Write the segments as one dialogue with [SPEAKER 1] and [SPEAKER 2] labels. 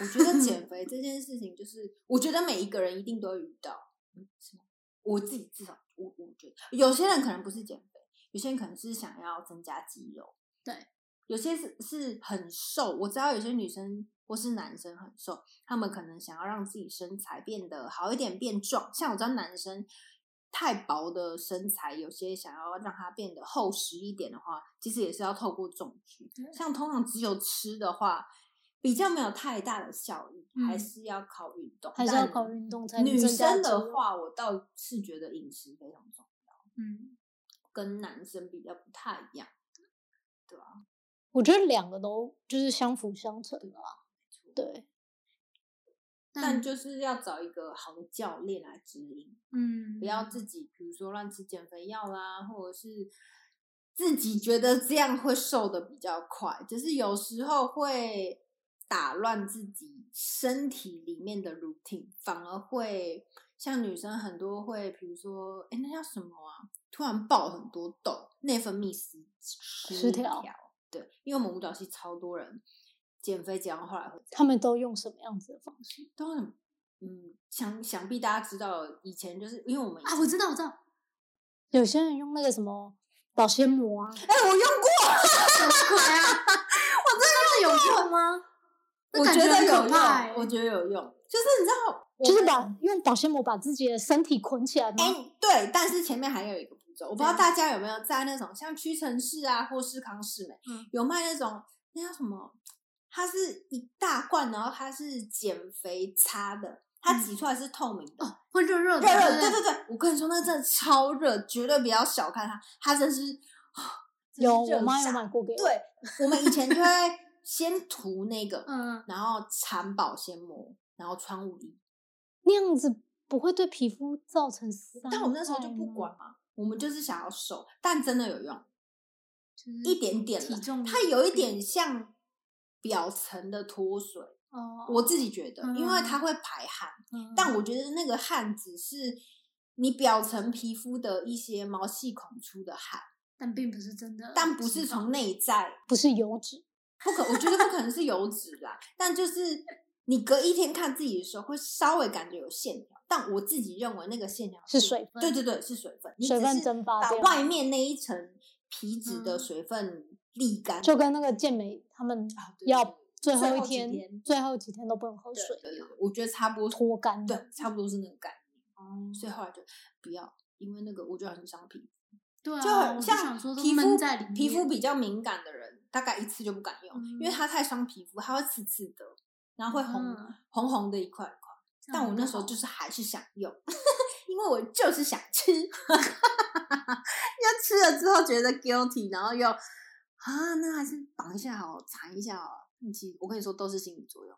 [SPEAKER 1] 我觉得减肥这件事情，就是我觉得每一个人一定都会遇到，嗯，是吗？我自己至少我我觉得，有些人可能不是减肥，有些人可能是想要增加肌肉，
[SPEAKER 2] 对，
[SPEAKER 1] 有些是是很瘦。我知道有些女生或是男生很瘦，他们可能想要让自己身材变得好一点，变壮。像我知道男生太薄的身材，有些想要让它变得厚实一点的话，其实也是要透过重举。
[SPEAKER 2] 对
[SPEAKER 1] 像通常只有吃的话，比较没有太大的效益，还
[SPEAKER 2] 嗯
[SPEAKER 1] 是要靠运动。
[SPEAKER 2] 还是要
[SPEAKER 1] 但
[SPEAKER 2] 靠运动才能
[SPEAKER 1] 女
[SPEAKER 2] 增加
[SPEAKER 1] 生
[SPEAKER 2] 肌
[SPEAKER 1] 的
[SPEAKER 2] 肉，
[SPEAKER 1] 话，我倒是觉得饮食非常重要，
[SPEAKER 2] 嗯，
[SPEAKER 1] 跟男生比较不太一样。
[SPEAKER 2] 我觉得两个都就是相辅相成的啊。对，
[SPEAKER 1] 但就是要找一个好的教练来指引，
[SPEAKER 2] 嗯，
[SPEAKER 1] 不要自己，比如说乱吃减肥药啦，或者是自己觉得这样会瘦的比较快，就是有时候会打乱自己身体里面的 routine，反而会像女生很多会，比如说，哎，那叫什么啊？突然爆很多痘，内分泌失失
[SPEAKER 2] 失调
[SPEAKER 1] 对，因为我们舞蹈系超多人减肥减到后来会这样。
[SPEAKER 2] 他们都用什么样子的方式
[SPEAKER 1] 都很嗯，想想必大家知道，以前就是因为我们以
[SPEAKER 2] 啊？
[SPEAKER 1] 前
[SPEAKER 2] 我知道，我知道，有些人用那个什么保鲜膜啊，
[SPEAKER 1] 哎、我用过，
[SPEAKER 2] 鬼啊！ 我真的有用吗？那
[SPEAKER 1] 我
[SPEAKER 2] 感
[SPEAKER 1] 觉
[SPEAKER 2] 觉
[SPEAKER 1] 得
[SPEAKER 2] 很
[SPEAKER 1] 有
[SPEAKER 2] 可
[SPEAKER 1] 用
[SPEAKER 2] 怕欸，
[SPEAKER 1] 我觉得有用，就是你知道，我
[SPEAKER 2] 就是
[SPEAKER 1] 们
[SPEAKER 2] 把用保鲜膜把自己的身体捆起来吗？
[SPEAKER 1] 哎、对，但是前面还有一个步骤，我不知道
[SPEAKER 2] 对
[SPEAKER 1] 大家有没有在那种像屈臣氏啊或是康士美、
[SPEAKER 2] 嗯
[SPEAKER 1] 有卖那种那叫什么？它是一大罐，然后它是减肥擦的，它
[SPEAKER 2] 嗯哦
[SPEAKER 1] 挤出来是透明的，
[SPEAKER 2] 会热热的，
[SPEAKER 1] 热热，对对
[SPEAKER 2] 对
[SPEAKER 1] 对，我跟你说，那真的超热，绝对不要小看它，它真是，哦真是
[SPEAKER 2] 有我
[SPEAKER 1] 热
[SPEAKER 2] 妈有
[SPEAKER 1] 炸
[SPEAKER 2] 买过给我，
[SPEAKER 1] 对，我们以前就会先涂那个，
[SPEAKER 2] 嗯，
[SPEAKER 1] 然后缠保鲜膜，然后穿舞衣。
[SPEAKER 2] 那样子不会对皮肤造成伤害吗。
[SPEAKER 1] 但我们那时候就不
[SPEAKER 2] 哦
[SPEAKER 1] 管嘛，我们就是想要瘦，但真的有用，
[SPEAKER 2] 就是
[SPEAKER 1] 一点点了
[SPEAKER 2] 体。重
[SPEAKER 1] 它有一点像表层的脱水，
[SPEAKER 2] 哦，
[SPEAKER 1] 我自己觉得，因为
[SPEAKER 2] 嗯
[SPEAKER 1] 它会排汗，
[SPEAKER 2] 嗯
[SPEAKER 1] 但我觉得那个汗只是你表层皮肤的一些毛细孔出的汗，
[SPEAKER 2] 但并不是真的，
[SPEAKER 1] 但不啊是从内在
[SPEAKER 2] 不是油脂，
[SPEAKER 1] 不可，我觉得不可能是油脂啦，但就是你隔一天看自己的时候，会稍微感觉有线条，但我自己认为那个线条
[SPEAKER 2] 是水分
[SPEAKER 1] 对对对，是水分，你
[SPEAKER 2] 水
[SPEAKER 1] 只
[SPEAKER 2] 分
[SPEAKER 1] 是
[SPEAKER 2] 蒸发
[SPEAKER 1] 把
[SPEAKER 2] 掉
[SPEAKER 1] 外面那一层皮脂的
[SPEAKER 2] 嗯
[SPEAKER 1] 水分沥干，
[SPEAKER 2] 就跟那个健美他们
[SPEAKER 1] 啊对对
[SPEAKER 2] 要
[SPEAKER 1] 对
[SPEAKER 2] 最
[SPEAKER 1] 最
[SPEAKER 2] 后一
[SPEAKER 1] 后几
[SPEAKER 2] 天
[SPEAKER 1] 天
[SPEAKER 2] 最后几天都不能喝
[SPEAKER 1] 对
[SPEAKER 2] 水，
[SPEAKER 1] 对对对我觉得差不多，
[SPEAKER 2] 脱干
[SPEAKER 1] 对
[SPEAKER 2] 的。，
[SPEAKER 1] 差不多是那个概
[SPEAKER 2] 哦
[SPEAKER 1] 念，所以后来就不要，因为那个我觉得很伤皮肤，
[SPEAKER 2] 对啊，
[SPEAKER 1] 就很
[SPEAKER 2] 我
[SPEAKER 1] 像
[SPEAKER 2] 想说都
[SPEAKER 1] 皮
[SPEAKER 2] 闷
[SPEAKER 1] 肤
[SPEAKER 2] 在里面，
[SPEAKER 1] 皮肤比较敏感的人，大概一次就不敢用，因为
[SPEAKER 2] 嗯
[SPEAKER 1] 它太伤皮肤，它会刺刺的，然后会红、
[SPEAKER 2] 嗯
[SPEAKER 1] 红红的一块一块。
[SPEAKER 2] 这样
[SPEAKER 1] 但我那
[SPEAKER 2] 不
[SPEAKER 1] 时候
[SPEAKER 2] 好
[SPEAKER 1] 就是还是想用， 因为我就是想吃， 要吃了之后觉得 guilty，然后又啊，那还是绑一下好，缠一下好。嗯其实我跟你说，都是心理作用。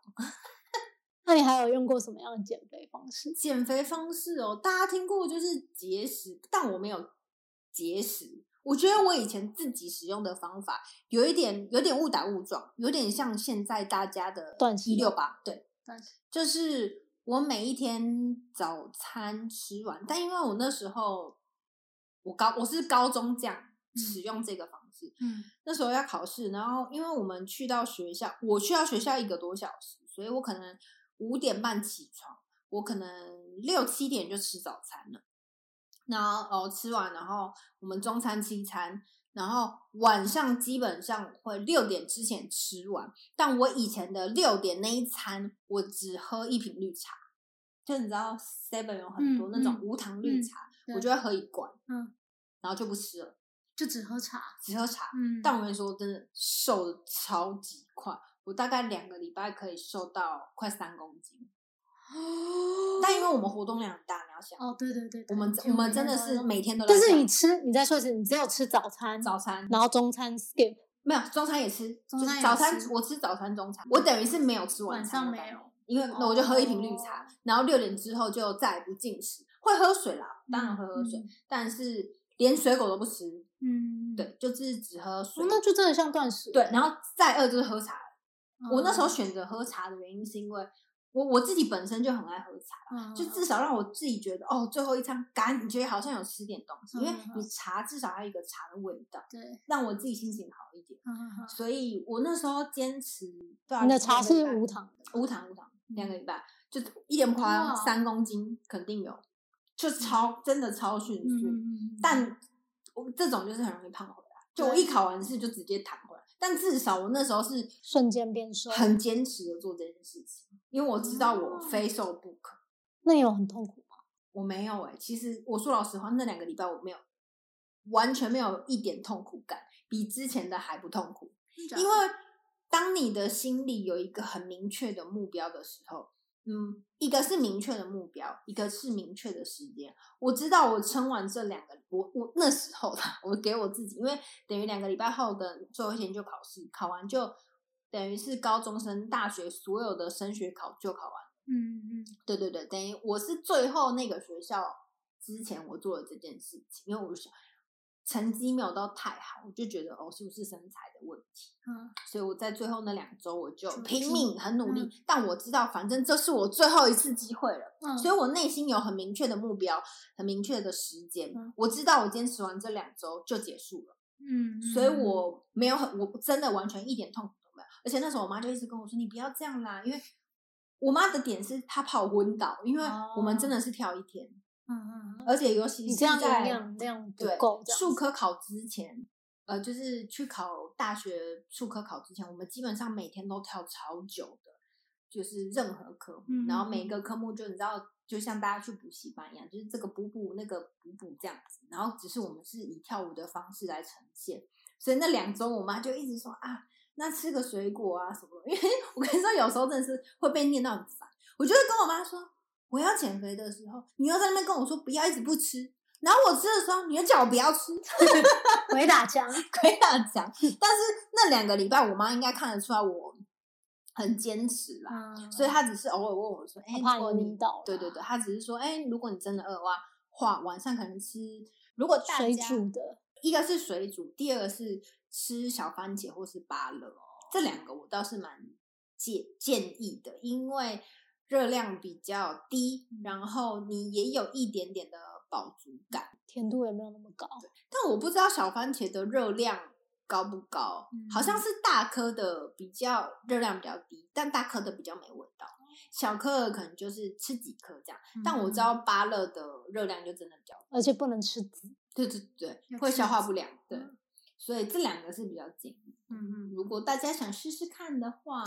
[SPEAKER 2] 那你还有用过什么样的减肥方式？
[SPEAKER 1] 减肥方式哦，大家听过就是节食，但我没有节食。我觉得我以前自己使用的方法有一点有点误打误撞，有点像现在大家的
[SPEAKER 2] 断食
[SPEAKER 1] 一六八，对，
[SPEAKER 2] 断食
[SPEAKER 1] 就是我每一天早餐吃完，但因为我那时候我高我是高中这样使用这个方式，
[SPEAKER 2] 嗯，
[SPEAKER 1] 那时候要考试，然后因为我们去到学校，我去到学校一个多小时，所以我可能五点半起床，我可能六七点就吃早餐了，然后哦吃完，然后我们中餐西餐，然后晚上基本上会六点之前吃完，但我以前的六点那一餐，我只喝一瓶绿茶，就你知道 Seven 有很多
[SPEAKER 2] 嗯
[SPEAKER 1] 那种
[SPEAKER 2] 嗯
[SPEAKER 1] 无糖绿
[SPEAKER 2] 嗯
[SPEAKER 1] 茶，
[SPEAKER 2] 对
[SPEAKER 1] 我就会喝一罐，
[SPEAKER 2] 嗯，
[SPEAKER 1] 然后就不吃了，
[SPEAKER 2] 就只喝茶，
[SPEAKER 1] 只喝茶。
[SPEAKER 2] 嗯
[SPEAKER 1] 但我跟你说，真的瘦的超级快，我大概两个礼拜可以瘦到快三公斤。但因为我们活动量很大，你要想，
[SPEAKER 2] 哦，对对对，
[SPEAKER 1] 我
[SPEAKER 2] 对
[SPEAKER 1] 们
[SPEAKER 2] 其实
[SPEAKER 1] 我们
[SPEAKER 2] 每
[SPEAKER 1] 真
[SPEAKER 2] 天
[SPEAKER 1] 的
[SPEAKER 2] 都
[SPEAKER 1] 是
[SPEAKER 2] 用
[SPEAKER 1] 每天都在
[SPEAKER 2] 但
[SPEAKER 1] 想。
[SPEAKER 2] 是你吃，你再说一次，你只有吃早餐，
[SPEAKER 1] 早餐
[SPEAKER 2] 然后中餐 skip，
[SPEAKER 1] 没有，中餐也吃，
[SPEAKER 2] 中
[SPEAKER 1] 就是
[SPEAKER 2] 餐也
[SPEAKER 1] 早餐
[SPEAKER 2] 吃
[SPEAKER 1] 我吃早餐、中餐，我等于是没有吃
[SPEAKER 2] 晚
[SPEAKER 1] 餐
[SPEAKER 2] 上
[SPEAKER 1] 的
[SPEAKER 2] 没
[SPEAKER 1] 概念
[SPEAKER 2] 有，哦
[SPEAKER 1] 因为那我就喝一瓶绿茶，然后六点之后就再也不进食，会喝水啦，当然会喝
[SPEAKER 2] 嗯
[SPEAKER 1] 水，但是连水果都不吃，
[SPEAKER 2] 嗯，嗯，
[SPEAKER 1] 对，就是只喝水
[SPEAKER 2] 哦，。那就真的像断食，嗯
[SPEAKER 1] 对，然后再饿就是喝茶，我那时候
[SPEAKER 2] 候
[SPEAKER 1] 选择喝茶的原因是因为我我自己本身就很爱喝茶，
[SPEAKER 2] 嗯
[SPEAKER 1] 就至少让我自己觉得哦，最后一餐干，你觉得好像有吃点东西，因为
[SPEAKER 2] 嗯嗯
[SPEAKER 1] 你茶至少还有一个茶的味道，
[SPEAKER 2] 对，
[SPEAKER 1] 让我自己心情好一点。
[SPEAKER 2] 嗯嗯
[SPEAKER 1] 所以我那时候坚持，对啊，
[SPEAKER 2] 嗯你的茶是
[SPEAKER 1] 两个礼
[SPEAKER 2] 无
[SPEAKER 1] 拜
[SPEAKER 2] 糖的，
[SPEAKER 1] 无糖无糖，两个礼拜就一点不夸
[SPEAKER 2] 哇
[SPEAKER 1] 张，三公斤肯定有，就超真的超迅速。
[SPEAKER 2] 嗯
[SPEAKER 1] 但我这种就是很容易胖回来，就我一考完试就直接弹回来。但至少我那时候是
[SPEAKER 2] 瞬间变瘦
[SPEAKER 1] 很坚持的做这件事情，因为我知道我
[SPEAKER 2] 哦
[SPEAKER 1] 非瘦不可。
[SPEAKER 2] 那有很痛苦吗？
[SPEAKER 1] 我没有哎、其实我说老实话，那两个礼拜我没有完全没有一点痛苦感，比之前的还不痛苦。因为当你的心里有一个很明确的目标的时候，嗯，一个是明确的目标，一个是明确的时间。我知道我撑完这两个，我我那时候啦，我给我自己，因为等于两个礼拜后的最后一天就考试，考完就等于是高中生、大学所有的升学考就考完。
[SPEAKER 2] 嗯嗯
[SPEAKER 1] 对对对，等于我是最后那个学校之前我做了这件事情，因为我想成绩没有到太好，我就觉得哦，是不是身材的问题？
[SPEAKER 2] 嗯，
[SPEAKER 1] 所以我在最后那两周我就
[SPEAKER 2] 就
[SPEAKER 1] 拼
[SPEAKER 2] 拼
[SPEAKER 1] 命很努力，
[SPEAKER 2] 嗯
[SPEAKER 1] 但我知道反正这是我最后一次机会了，
[SPEAKER 2] 嗯
[SPEAKER 1] 所以我内心有很明确的目标，很明确的时间，
[SPEAKER 2] 嗯
[SPEAKER 1] 我知道我坚持完这两周就结束了。
[SPEAKER 2] 嗯，
[SPEAKER 1] 所以我没有很，我真的完全一点痛苦都没有。而且那时候我妈就一直跟我说：“你不要这样啦，因为我妈的点是她怕我昏倒，因为我们真的是跳一天，
[SPEAKER 2] 哦嗯嗯，
[SPEAKER 1] 而且尤其
[SPEAKER 2] 你
[SPEAKER 1] 是
[SPEAKER 2] 这样
[SPEAKER 1] 在
[SPEAKER 2] 营养量不
[SPEAKER 1] 对
[SPEAKER 2] 够，这样
[SPEAKER 1] 数
[SPEAKER 2] 子
[SPEAKER 1] 科考之前，呃，就是去考大学数科考之前，我们基本上每天都跳超久的，就是任何科目，然后每
[SPEAKER 2] 嗯
[SPEAKER 1] 一个科目就你知道，就像大家去补习班一样，就是这个补补那个补补这样子，然后只是我们是以跳舞的方式来呈现，所以那两周我妈就一直说啊。那吃个水果啊什么的？因 为我跟你说，有时候真的是会被念到很烦。我就会跟我妈说，我要减肥的时候，你又在那边跟我说不要一直不吃，然后我吃的时候，你又叫我不要吃，
[SPEAKER 2] 鬼打 墙，
[SPEAKER 1] 鬼打墙。但是那两个礼拜，我妈应该看得出来我很坚持啦，
[SPEAKER 2] 嗯
[SPEAKER 1] 所以她只是偶尔问我说：“哎、
[SPEAKER 2] 怕
[SPEAKER 1] 如果
[SPEAKER 2] 你晕
[SPEAKER 1] 你
[SPEAKER 2] 倒，
[SPEAKER 1] 对对对，，她只是说：哎、如果你真的饿的话，话晚上可能吃，如果大
[SPEAKER 2] 水
[SPEAKER 1] 家
[SPEAKER 2] 煮的，
[SPEAKER 1] 一个是水煮，第二个是吃小番茄或是芭乐，哦这两个我倒是蛮建建议的，因为热量比较低，
[SPEAKER 2] 嗯
[SPEAKER 1] 然后你也有一点点的饱足感。
[SPEAKER 2] 甜度也没有那么高，
[SPEAKER 1] 但我不知道小番茄的热量高不高，好像
[SPEAKER 2] 嗯
[SPEAKER 1] 是大颗的比较热量比较低，但大颗的比较没味道，
[SPEAKER 2] 哦
[SPEAKER 1] 小颗的可能就是吃几颗这样。
[SPEAKER 2] 嗯
[SPEAKER 1] 但我知道芭乐的热量就真的比较
[SPEAKER 2] 而且不能吃籽。
[SPEAKER 1] 对对对，
[SPEAKER 2] 要
[SPEAKER 1] 会
[SPEAKER 2] 吃
[SPEAKER 1] 消化
[SPEAKER 2] 紫
[SPEAKER 1] 不良，对
[SPEAKER 2] 嗯，
[SPEAKER 1] 所以这两个是比较建议。
[SPEAKER 2] 嗯
[SPEAKER 1] 如果大家想试试看的 话，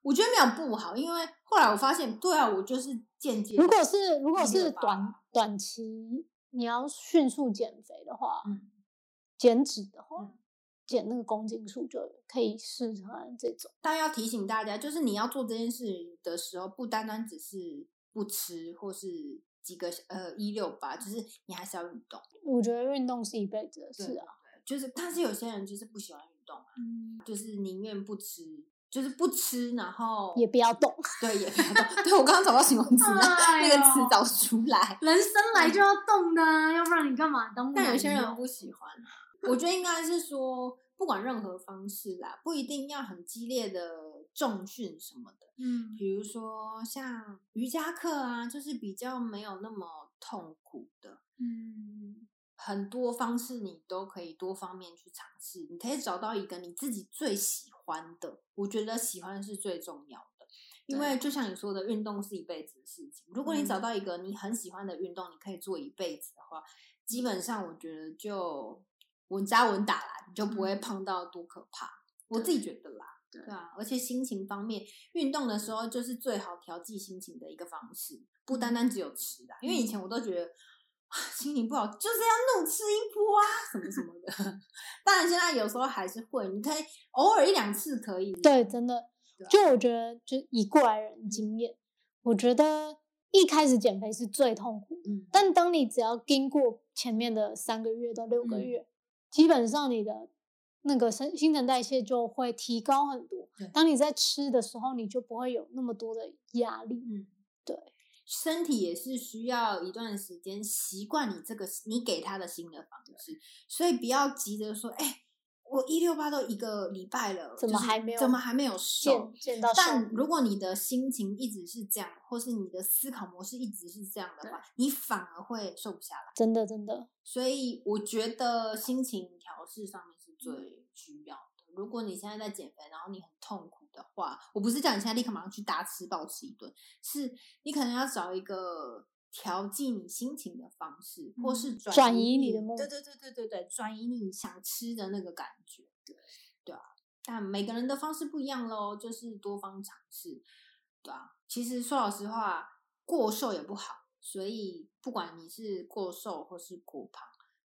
[SPEAKER 1] 我觉得没有不好，因为后来我发现，对啊，我就是间接。
[SPEAKER 2] 如果是如果
[SPEAKER 1] 一六
[SPEAKER 2] 是
[SPEAKER 1] 八
[SPEAKER 2] 短短期，你要迅速减肥的话，
[SPEAKER 1] 嗯，
[SPEAKER 2] 减脂的话
[SPEAKER 1] 嗯，
[SPEAKER 2] 减那个公斤数就可以试试看这种。
[SPEAKER 1] 但要提醒大家，就是你要做这件事的时候，不单单只是不吃或是几个呃一六八，就是你还是要运动。
[SPEAKER 2] 我觉得运动是一辈子的
[SPEAKER 1] 对
[SPEAKER 2] 事啊，
[SPEAKER 1] 就是，但是有些人就是不喜欢运动啊，
[SPEAKER 2] 嗯，
[SPEAKER 1] 就是宁愿不吃，就是不吃，然后
[SPEAKER 2] 也不要动。
[SPEAKER 1] 对也不要动。 对我刚刚找到形容词，那那个词
[SPEAKER 3] 哎呦
[SPEAKER 1] 找出来。
[SPEAKER 3] 人生
[SPEAKER 2] 嗯
[SPEAKER 3] 来就要动的啊，要不然你干嘛当？
[SPEAKER 1] 但有些人不喜欢啊。我觉得应该是说，不管任何方式啦，不一定要很激烈的重训什么的，
[SPEAKER 3] 嗯，
[SPEAKER 1] 比如说像瑜伽课啊，就是比较没有那么痛苦的。
[SPEAKER 3] 嗯，
[SPEAKER 1] 很多方式你都可以多方面去尝试，你可以找到一个你自己最喜欢的。我觉得喜欢是最重要的，因为就像你说的，运动是一辈子的事情。如果你
[SPEAKER 3] 嗯
[SPEAKER 1] 找到一个你很喜欢的运动，你可以做一辈子的话，基本上我觉得就稳扎稳打啦，你就不会胖到多可怕。我自己觉得啦，
[SPEAKER 3] 嗯对
[SPEAKER 1] 对啊，而且心情方面，运动的时候就是最好调剂心情的一个方式，不
[SPEAKER 2] 嗯
[SPEAKER 1] 单单只有吃啦。因为以前我都觉得啊心情不好就是要怒吃一波啊，什么什么的。当然，现在有时候还是会，你可以偶尔一两次可以。
[SPEAKER 2] 对，真的
[SPEAKER 1] 对啊，嗯
[SPEAKER 2] 就我觉得，就以过来人经验，我觉得一开始减肥是最痛苦的，
[SPEAKER 1] 嗯，
[SPEAKER 2] 但当你只要经过前面的三个月到六个
[SPEAKER 1] 嗯
[SPEAKER 2] 月，基本上你的那个新新陈代谢就会提高很多
[SPEAKER 1] 对。
[SPEAKER 2] 当你在吃的时候，你就不会有那么多的压力。
[SPEAKER 1] 嗯，
[SPEAKER 2] 对，
[SPEAKER 1] 身体也是需要一段时间习惯你这个你给他的新的方式，所以不要急着说，哎、我一六八都一个礼拜了，
[SPEAKER 2] 怎么
[SPEAKER 1] 就是
[SPEAKER 2] 还没有
[SPEAKER 1] 怎么还没有瘦
[SPEAKER 2] 见？见到
[SPEAKER 1] 哦但
[SPEAKER 2] 上
[SPEAKER 1] 如果你的心情一直是这样，或是你的思考模式一直是这样的话，你反而会瘦不下来。
[SPEAKER 2] 真的真的
[SPEAKER 1] 所以我觉得心情调试上面
[SPEAKER 2] 嗯
[SPEAKER 1] 是最需要的。如果你现在在减肥，然后你很痛苦的话，我不是叫你现在立刻马上去大吃暴吃一顿，是你可能要找一个调剂你心情的方式，或是转
[SPEAKER 2] 嗯转移你
[SPEAKER 1] 你
[SPEAKER 2] 的目
[SPEAKER 1] 对对对对对对，转移你想吃的那个感觉。对对啊，但每个人的方式不一样喽，就是多方尝试。对啊，其实说老实话，过瘦也不好，所以不管你是过瘦或是过胖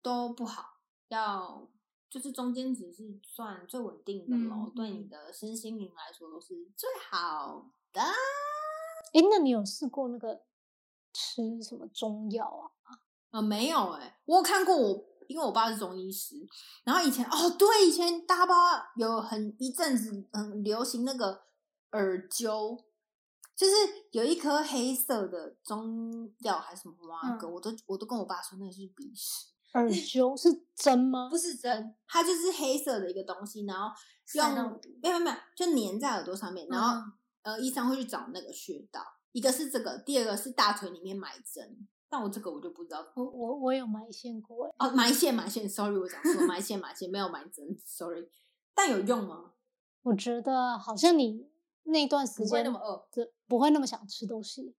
[SPEAKER 1] 都不好，要就是中间值是算最稳定的喽，
[SPEAKER 3] 嗯
[SPEAKER 1] 对你的身心灵来说都是最好的。
[SPEAKER 2] 哎，那你有试过那个吃什么中药啊？
[SPEAKER 1] 呃，没有哎、我有看过我，因为我爸是中医师，然后以前哦，对，以前大家不知道有很一阵子很流行那个耳灸，就是有一颗黑色的中药还是什么蛙哥，我都我都跟我爸说那是鼻屎，
[SPEAKER 2] 耳灸是针
[SPEAKER 1] 嗯
[SPEAKER 2] 吗？
[SPEAKER 1] 不是针，它就是黑色的一个东西，然后
[SPEAKER 3] 塞
[SPEAKER 1] 用没
[SPEAKER 3] 到
[SPEAKER 1] 有没有没有，就粘在耳朵上面，然后、呃医生会去找那个穴道，一个是这个，第二个是大腿里面埋针，但我这个我就不知道
[SPEAKER 2] 我我我有埋线过哎，
[SPEAKER 1] 哦，埋线埋线，sorry，我讲错，埋线埋线没有埋针，sorry。但有用吗？
[SPEAKER 2] 我觉得好像你那段时
[SPEAKER 1] 不会
[SPEAKER 2] 间
[SPEAKER 1] 那么饿，
[SPEAKER 2] 这不会那么想吃东西，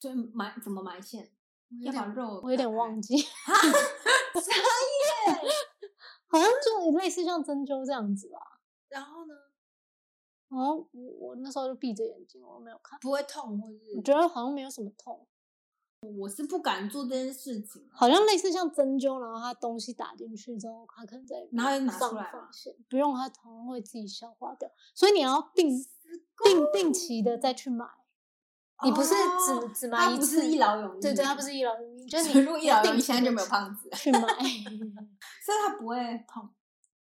[SPEAKER 1] 所以埋怎么埋线？
[SPEAKER 3] 有
[SPEAKER 1] 要把
[SPEAKER 3] 点
[SPEAKER 1] 肉，
[SPEAKER 2] 我有点 忘记，
[SPEAKER 1] 啥
[SPEAKER 2] 好像就类似像针灸这样子吧。
[SPEAKER 1] 然后呢？
[SPEAKER 2] 然后我我那时候就闭着眼睛，我没有看，
[SPEAKER 1] 不会痛，或
[SPEAKER 2] 我
[SPEAKER 1] 是
[SPEAKER 2] 觉得好像没有什么痛，
[SPEAKER 1] 我是不敢做这件事情啊。
[SPEAKER 2] 好像类似像针灸，然后它东西打进去之后，它可能在里
[SPEAKER 1] 然后
[SPEAKER 2] 面
[SPEAKER 1] 拿出
[SPEAKER 2] 上
[SPEAKER 1] 来吗
[SPEAKER 2] 放线，不用它好像会自己消化掉，所以你要定定定期的再去买，你不是只、
[SPEAKER 1] 哦
[SPEAKER 2] 只买
[SPEAKER 1] 它
[SPEAKER 2] 一
[SPEAKER 1] 不
[SPEAKER 2] 次，
[SPEAKER 1] 是一劳永逸，
[SPEAKER 2] 对对，它不是一劳 永逸，就是
[SPEAKER 1] 所以
[SPEAKER 2] 你
[SPEAKER 1] 如果一
[SPEAKER 2] 要
[SPEAKER 1] 劳永
[SPEAKER 2] 定
[SPEAKER 1] 逸，
[SPEAKER 2] 期
[SPEAKER 1] 现在就
[SPEAKER 2] 地
[SPEAKER 1] 没有胖子，
[SPEAKER 2] 去买。
[SPEAKER 1] 所以它不会痛。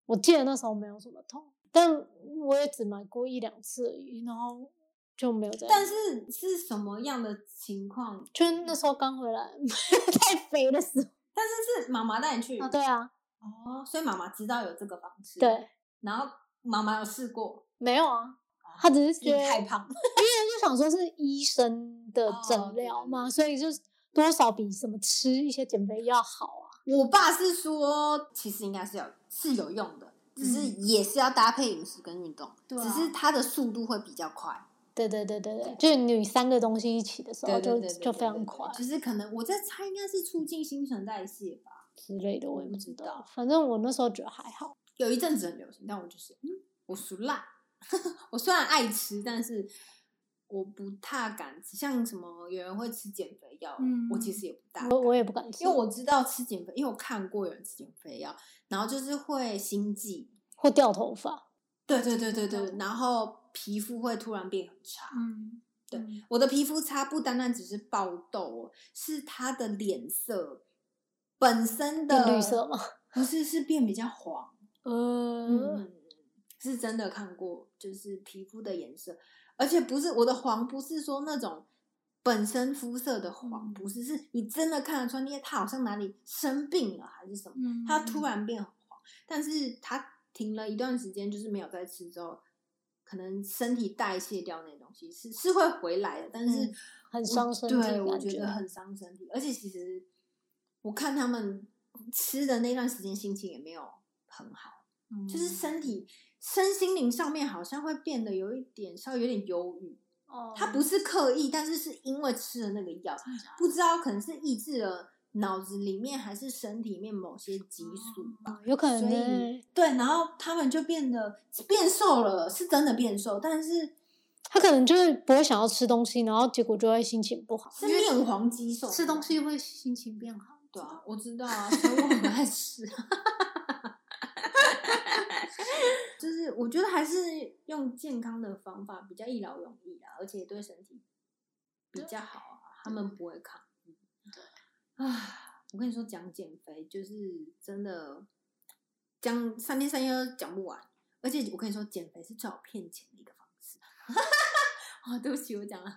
[SPEAKER 2] 我记得那时候没有什么痛，但我也只买过一两次而已，然后就没有再买。
[SPEAKER 1] 但是是什么样的情况？
[SPEAKER 2] 就是那时候刚回来， 太肥的时候
[SPEAKER 1] 但是是妈妈带你去
[SPEAKER 2] 啊，对啊，
[SPEAKER 1] 哦，所以妈妈知道有这个方式，，
[SPEAKER 2] 对，
[SPEAKER 1] 然后妈妈有试过，
[SPEAKER 2] 没有啊，他只是
[SPEAKER 1] 你
[SPEAKER 2] 觉得
[SPEAKER 1] 太胖了。
[SPEAKER 2] 就想说是医生的
[SPEAKER 1] 哦
[SPEAKER 2] 诊
[SPEAKER 1] 对
[SPEAKER 2] 疗
[SPEAKER 1] 对
[SPEAKER 2] 嘛，所以就是多少比什么吃一些减肥药好啊。
[SPEAKER 1] 我爸是说，其实应该是有是有用的，只是
[SPEAKER 2] 嗯
[SPEAKER 1] 也是要搭配饮食跟运动，
[SPEAKER 3] 对啊
[SPEAKER 1] 只是它的速度会比较快，
[SPEAKER 2] 对对对对对，就是你三个东西一起的时候
[SPEAKER 1] 对
[SPEAKER 2] 啊就
[SPEAKER 1] 对对对
[SPEAKER 2] 就非
[SPEAKER 1] 对
[SPEAKER 2] 常
[SPEAKER 1] 对
[SPEAKER 2] 快
[SPEAKER 1] 就是可能我在猜，应该是促进新陈代谢吧。
[SPEAKER 2] 之类的，我也
[SPEAKER 1] 我
[SPEAKER 2] 不
[SPEAKER 1] 不
[SPEAKER 2] 知
[SPEAKER 1] 知
[SPEAKER 2] 道
[SPEAKER 1] 道。
[SPEAKER 2] 反正我那时候觉得还好，
[SPEAKER 1] 有一阵子很流行，但我就是，嗯，我属辣， 我虽然爱吃，但是我不太敢吃，像什么有人会吃减肥药，
[SPEAKER 3] 嗯
[SPEAKER 1] 我其实也不大
[SPEAKER 2] 我我也不敢吃，
[SPEAKER 1] 因为我知道吃减肥，因为我看过有人吃减肥药，然后就是会心悸，
[SPEAKER 2] 会掉头发。
[SPEAKER 1] 对对对对
[SPEAKER 3] 掉
[SPEAKER 2] 嗯
[SPEAKER 1] 对，然后皮肤会突然变很差。
[SPEAKER 3] 嗯，
[SPEAKER 1] 对
[SPEAKER 3] 嗯，
[SPEAKER 1] 我的皮肤差不单单只是爆痘哦，是它的脸色本身的
[SPEAKER 2] 变绿色吗？
[SPEAKER 1] 不是，是变比较黄。
[SPEAKER 2] 嗯，
[SPEAKER 1] 嗯，是真的看过，就是皮肤的颜色，而且不是我的黄，不是说那种本身肤色的黄，
[SPEAKER 3] 嗯
[SPEAKER 1] 不是，是你真的看得出来，因为它好像哪里生病了还是什么。
[SPEAKER 3] 嗯
[SPEAKER 1] 它突然变很黄，但是它停了一段时间，就是没有再吃之后，可能身体代谢掉那些东西是是会回来的，但是
[SPEAKER 2] 嗯很
[SPEAKER 1] 我
[SPEAKER 2] 伤身体
[SPEAKER 1] 对，我
[SPEAKER 2] 感
[SPEAKER 1] 觉
[SPEAKER 2] 觉
[SPEAKER 1] 得很伤身体，而且其实我看他们吃的那段时间心情也没有很好，就是
[SPEAKER 3] 嗯
[SPEAKER 1] 身体身心灵上面好像会变得有一点稍微有点忧郁，
[SPEAKER 3] 哦，
[SPEAKER 1] 它不是刻意，但是是因为吃了那个药，
[SPEAKER 3] 真的假的
[SPEAKER 1] 不知道可能是抑制了脑子里面还是身体里面某些激素吧。
[SPEAKER 2] 啊有可能
[SPEAKER 1] 所
[SPEAKER 2] 呢
[SPEAKER 1] 以对，然后他们就变得变瘦了，是真的变瘦，但是
[SPEAKER 2] 他可能就是不会想要吃东西，然后结果就会心情不好。
[SPEAKER 1] 是面黄肌瘦。
[SPEAKER 3] 吃东西会心情变好。
[SPEAKER 1] 对啊，我知道啊，所以我很爱吃。 就是我觉得还是用健康的方法比较一劳永逸啊，而且对身体比较好啊，他们不会抗议。啊，我跟你说，讲减肥就是真的讲三天三夜都讲不完，而且我跟你说，减肥是最好骗钱的一个方式。 啊、对不起，我讲了，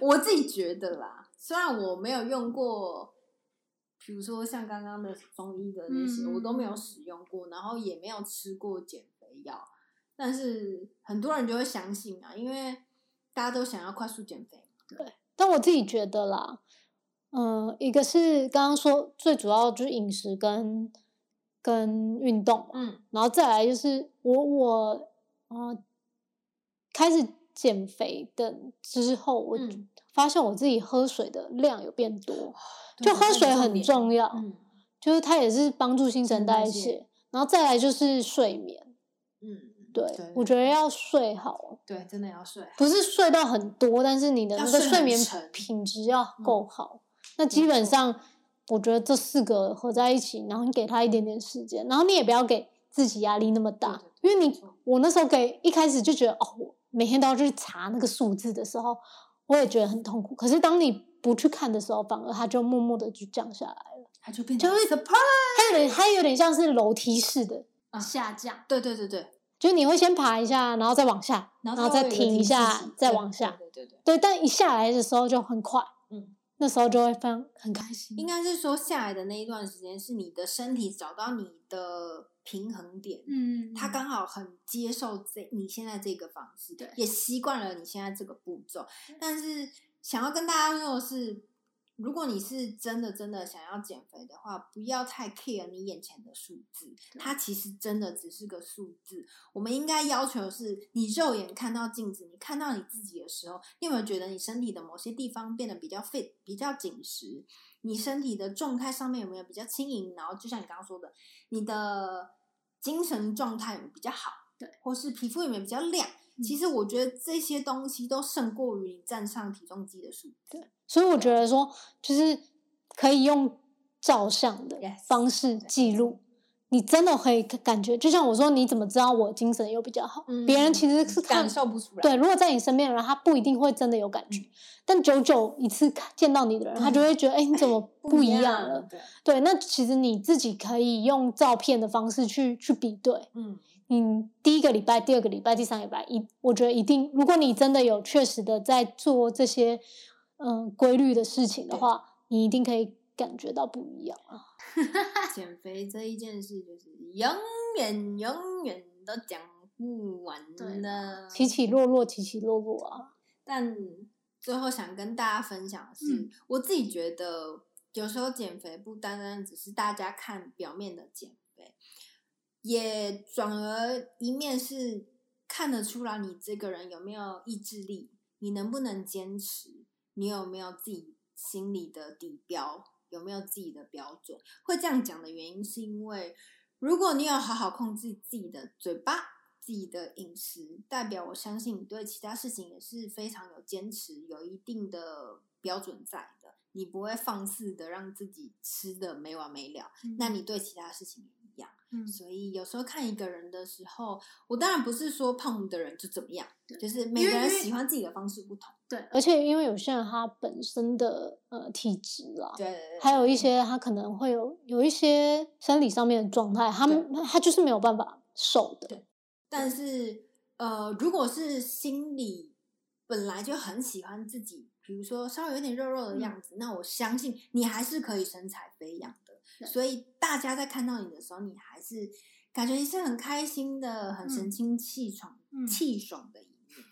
[SPEAKER 1] 我自己觉得啦，虽然我没有用过比如说像刚刚的中医的那些，
[SPEAKER 3] 嗯
[SPEAKER 1] 我都没有使用过，然后也没有吃过减肥药，但是很多人就会相信啊，因为大家都想要快速减肥嘛。
[SPEAKER 2] 但我自己觉得啦，嗯、一个是刚刚说最主要就是饮食跟跟运动嘛，
[SPEAKER 1] 嗯
[SPEAKER 2] 然后再来就是我我呃开始减肥的之后，我
[SPEAKER 1] 嗯哦
[SPEAKER 2] 发现我自己喝水的量有变多，
[SPEAKER 1] 对
[SPEAKER 2] 就喝水很重要，
[SPEAKER 1] 嗯
[SPEAKER 2] 就是它也是帮助新陈
[SPEAKER 1] 新陈代
[SPEAKER 2] 代
[SPEAKER 1] 谢
[SPEAKER 2] 谢，然后再来就是睡眠，
[SPEAKER 1] 嗯，
[SPEAKER 2] 对
[SPEAKER 1] 对
[SPEAKER 2] 我觉得要睡好，
[SPEAKER 1] 对，真的要睡好。
[SPEAKER 2] 不是睡到很多，但是你的
[SPEAKER 1] 要
[SPEAKER 2] 那个
[SPEAKER 1] 睡
[SPEAKER 2] 睡
[SPEAKER 1] 很
[SPEAKER 2] 眠
[SPEAKER 1] 沉
[SPEAKER 2] 品质要
[SPEAKER 1] 嗯
[SPEAKER 2] 够好。那基本
[SPEAKER 1] 错
[SPEAKER 2] 上，我觉得这四个合在一起，然后你给他一点点时间，然后你也不要给自己压力那么大，
[SPEAKER 1] 对对
[SPEAKER 2] 因为
[SPEAKER 1] 没
[SPEAKER 2] 你
[SPEAKER 1] 错
[SPEAKER 2] 我那时候给一开始就觉得哦，我每天都要去查那个数字的时候，我也觉得很痛苦。可是当你不去看的时候，反而它就默默的就降下来了，
[SPEAKER 1] 它就变
[SPEAKER 2] 就
[SPEAKER 1] 成
[SPEAKER 2] 会
[SPEAKER 1] surprise。
[SPEAKER 2] 它有点它有点像是楼梯式的，
[SPEAKER 3] 下降，
[SPEAKER 1] 对对对对，
[SPEAKER 2] 就是你会先爬一下，然后再往下，
[SPEAKER 1] 然
[SPEAKER 2] 然
[SPEAKER 1] 后
[SPEAKER 2] 后再
[SPEAKER 1] 会有个
[SPEAKER 2] 停一
[SPEAKER 1] 停滞
[SPEAKER 2] 下
[SPEAKER 1] 期，
[SPEAKER 2] 再
[SPEAKER 1] 对
[SPEAKER 2] 往下。
[SPEAKER 1] 对对对对，
[SPEAKER 2] 对，但一下来的时候就很快，
[SPEAKER 1] 嗯，
[SPEAKER 2] 那时候就会非常很开心。
[SPEAKER 1] 应该是说下来的那一段时间是你的身体找到你的平衡点，
[SPEAKER 3] 嗯，
[SPEAKER 1] 他刚好很接受这你现在这个方式，
[SPEAKER 3] 对
[SPEAKER 1] 也习惯了你现在这个步骤。但是想要跟大家说的是，如果你是真的真的想要减肥的话，不要太 care 你眼前的数字，
[SPEAKER 3] 对
[SPEAKER 1] 它其实真的只是个数字。我们应该要求的是，你肉眼看到镜子，你看到你自己的时候，你有没有觉得你身体的某些地方变得比较 fit、比较紧实？你身体的状态上面有没有比较轻盈？然后就像你刚刚说的，你的精神状态有没有比较好，
[SPEAKER 3] 对，
[SPEAKER 1] 或是皮肤有没有比较亮？
[SPEAKER 2] 嗯
[SPEAKER 1] 其实我觉得这些东西都胜过于你站上体重机的数字。
[SPEAKER 2] 所以我觉得说，就是可以用照相的
[SPEAKER 1] Yes，
[SPEAKER 2] 方式
[SPEAKER 1] 对
[SPEAKER 2] 记录。你真的可以感觉，就像我说，你怎么知道我精神又比较好？别人其实是
[SPEAKER 1] 嗯
[SPEAKER 2] 看
[SPEAKER 1] 感受不嗯出来，
[SPEAKER 2] 对，如果在你身边的人，他不一定会真的有感觉，但久久一次看见到你的人，他
[SPEAKER 1] 嗯
[SPEAKER 2] 就会觉得，哎、你怎么不一样了？
[SPEAKER 1] 对，
[SPEAKER 2] 对，那其实你自己可以用照片的方式去去比对，
[SPEAKER 1] 嗯，
[SPEAKER 2] 嗯，第一个礼拜、第二个礼拜、第三个礼拜，一我觉得一定，如果你真的有确实的在做这些嗯规律的事情的
[SPEAKER 1] 对
[SPEAKER 2] 话，你一定可以感觉到不一样啊。
[SPEAKER 1] 减肥这一件事就是永远永远都讲不完
[SPEAKER 3] 对
[SPEAKER 1] 的。
[SPEAKER 2] 起起落落，起起落落啊，
[SPEAKER 1] 但最后想跟大家分享的是，
[SPEAKER 3] 嗯
[SPEAKER 1] 我自己觉得有时候减肥不单单只是大家看表面的减肥，也转而一面是看得出来你这个人有没有意志力，你能不能坚持，你有没有自己心里的底标，有没有自己的标准。会这样讲的原因是因为，如果你有好好控制自己的嘴巴、自己的饮食，代表我相信你对其他事情也是非常有坚持、有一定的标准在的，你不会放肆的让自己吃的没完没了。那你对其他事情也一样。
[SPEAKER 3] 嗯
[SPEAKER 1] 所以有时候看一个人的时候，我当然不是说胖的人就怎么样，
[SPEAKER 3] 对
[SPEAKER 1] 就是每
[SPEAKER 3] 因
[SPEAKER 1] 个
[SPEAKER 3] 为
[SPEAKER 1] 人
[SPEAKER 3] 因为
[SPEAKER 1] 喜欢自己的方式不同。
[SPEAKER 3] 对，
[SPEAKER 2] 而且因为有些人他本身的呃体质啦，
[SPEAKER 1] 对对对，
[SPEAKER 2] 还有一些他可能会有有一些生理上面的状态，他们他就是没有办法瘦的，
[SPEAKER 1] 但是呃，如果是心里本来就很喜欢自己，比如说稍微有点肉肉
[SPEAKER 3] 嗯
[SPEAKER 1] 的样子，那我相信你还是可以神采飞扬的。
[SPEAKER 3] 对
[SPEAKER 1] 所以大家在看到你的时候，你还是感觉你是很开心的，很神
[SPEAKER 3] 嗯
[SPEAKER 1] 清气爽、
[SPEAKER 3] 嗯
[SPEAKER 1] 气爽的一面。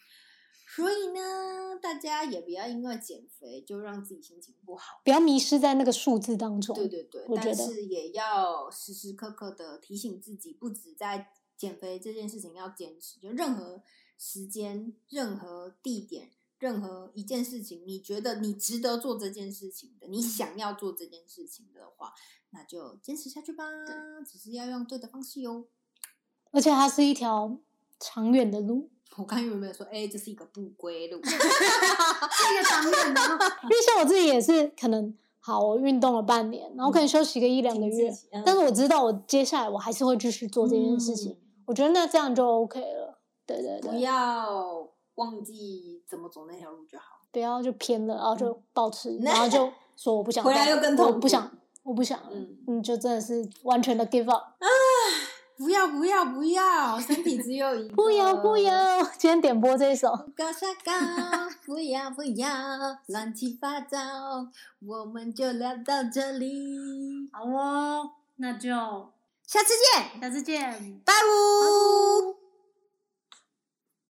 [SPEAKER 1] 所以呢，大家也不要因为减肥就让自己心情不好。
[SPEAKER 2] 不要迷失在那个数字当中。
[SPEAKER 1] 对对对，
[SPEAKER 2] 我觉
[SPEAKER 1] 但
[SPEAKER 2] 得
[SPEAKER 1] 是也要时时刻刻的提醒自己，不止在减肥这件事情要坚持，就任何时间、任何地点、任何一件事情，你觉得你值得做这件事情
[SPEAKER 2] 嗯
[SPEAKER 1] 的，你想要做这件事情的话，那就坚持下去吧。只是要用对的方式哟。
[SPEAKER 2] 而且它是一条长远的路，
[SPEAKER 1] 我刚有没有说，哎、这是一个不归路？
[SPEAKER 3] 这个长远的，
[SPEAKER 2] 因为像我自己也是，可能好，我运动了半年，然后
[SPEAKER 1] 嗯
[SPEAKER 2] 可能休息个一两个月，但是我知道我接下来我还是会继续做这件事情，
[SPEAKER 1] 嗯
[SPEAKER 2] 我觉得那这样就 OK 了。对对对，
[SPEAKER 1] 不要忘记怎么走那条路就好。
[SPEAKER 2] 不要就偏了，然后就暴 吃，
[SPEAKER 1] 那
[SPEAKER 2] 然后就说我不
[SPEAKER 1] 嗯
[SPEAKER 2] 想
[SPEAKER 1] 回来
[SPEAKER 2] 动
[SPEAKER 1] 又更
[SPEAKER 2] 我
[SPEAKER 1] 痛
[SPEAKER 2] 不
[SPEAKER 1] 苦
[SPEAKER 2] 想，我不想了，
[SPEAKER 1] 嗯
[SPEAKER 2] 嗯，就真的是完全的 give up。
[SPEAKER 1] 不要不要不要，身体只有一个。
[SPEAKER 2] 不要
[SPEAKER 1] 嗯
[SPEAKER 2] 不要，今天点播这一首，
[SPEAKER 1] 高沙高，不要不要，乱七八糟，我们就聊到这里，
[SPEAKER 3] 好哦，那就
[SPEAKER 1] 下次见，
[SPEAKER 3] 下次见。
[SPEAKER 1] 拜拜。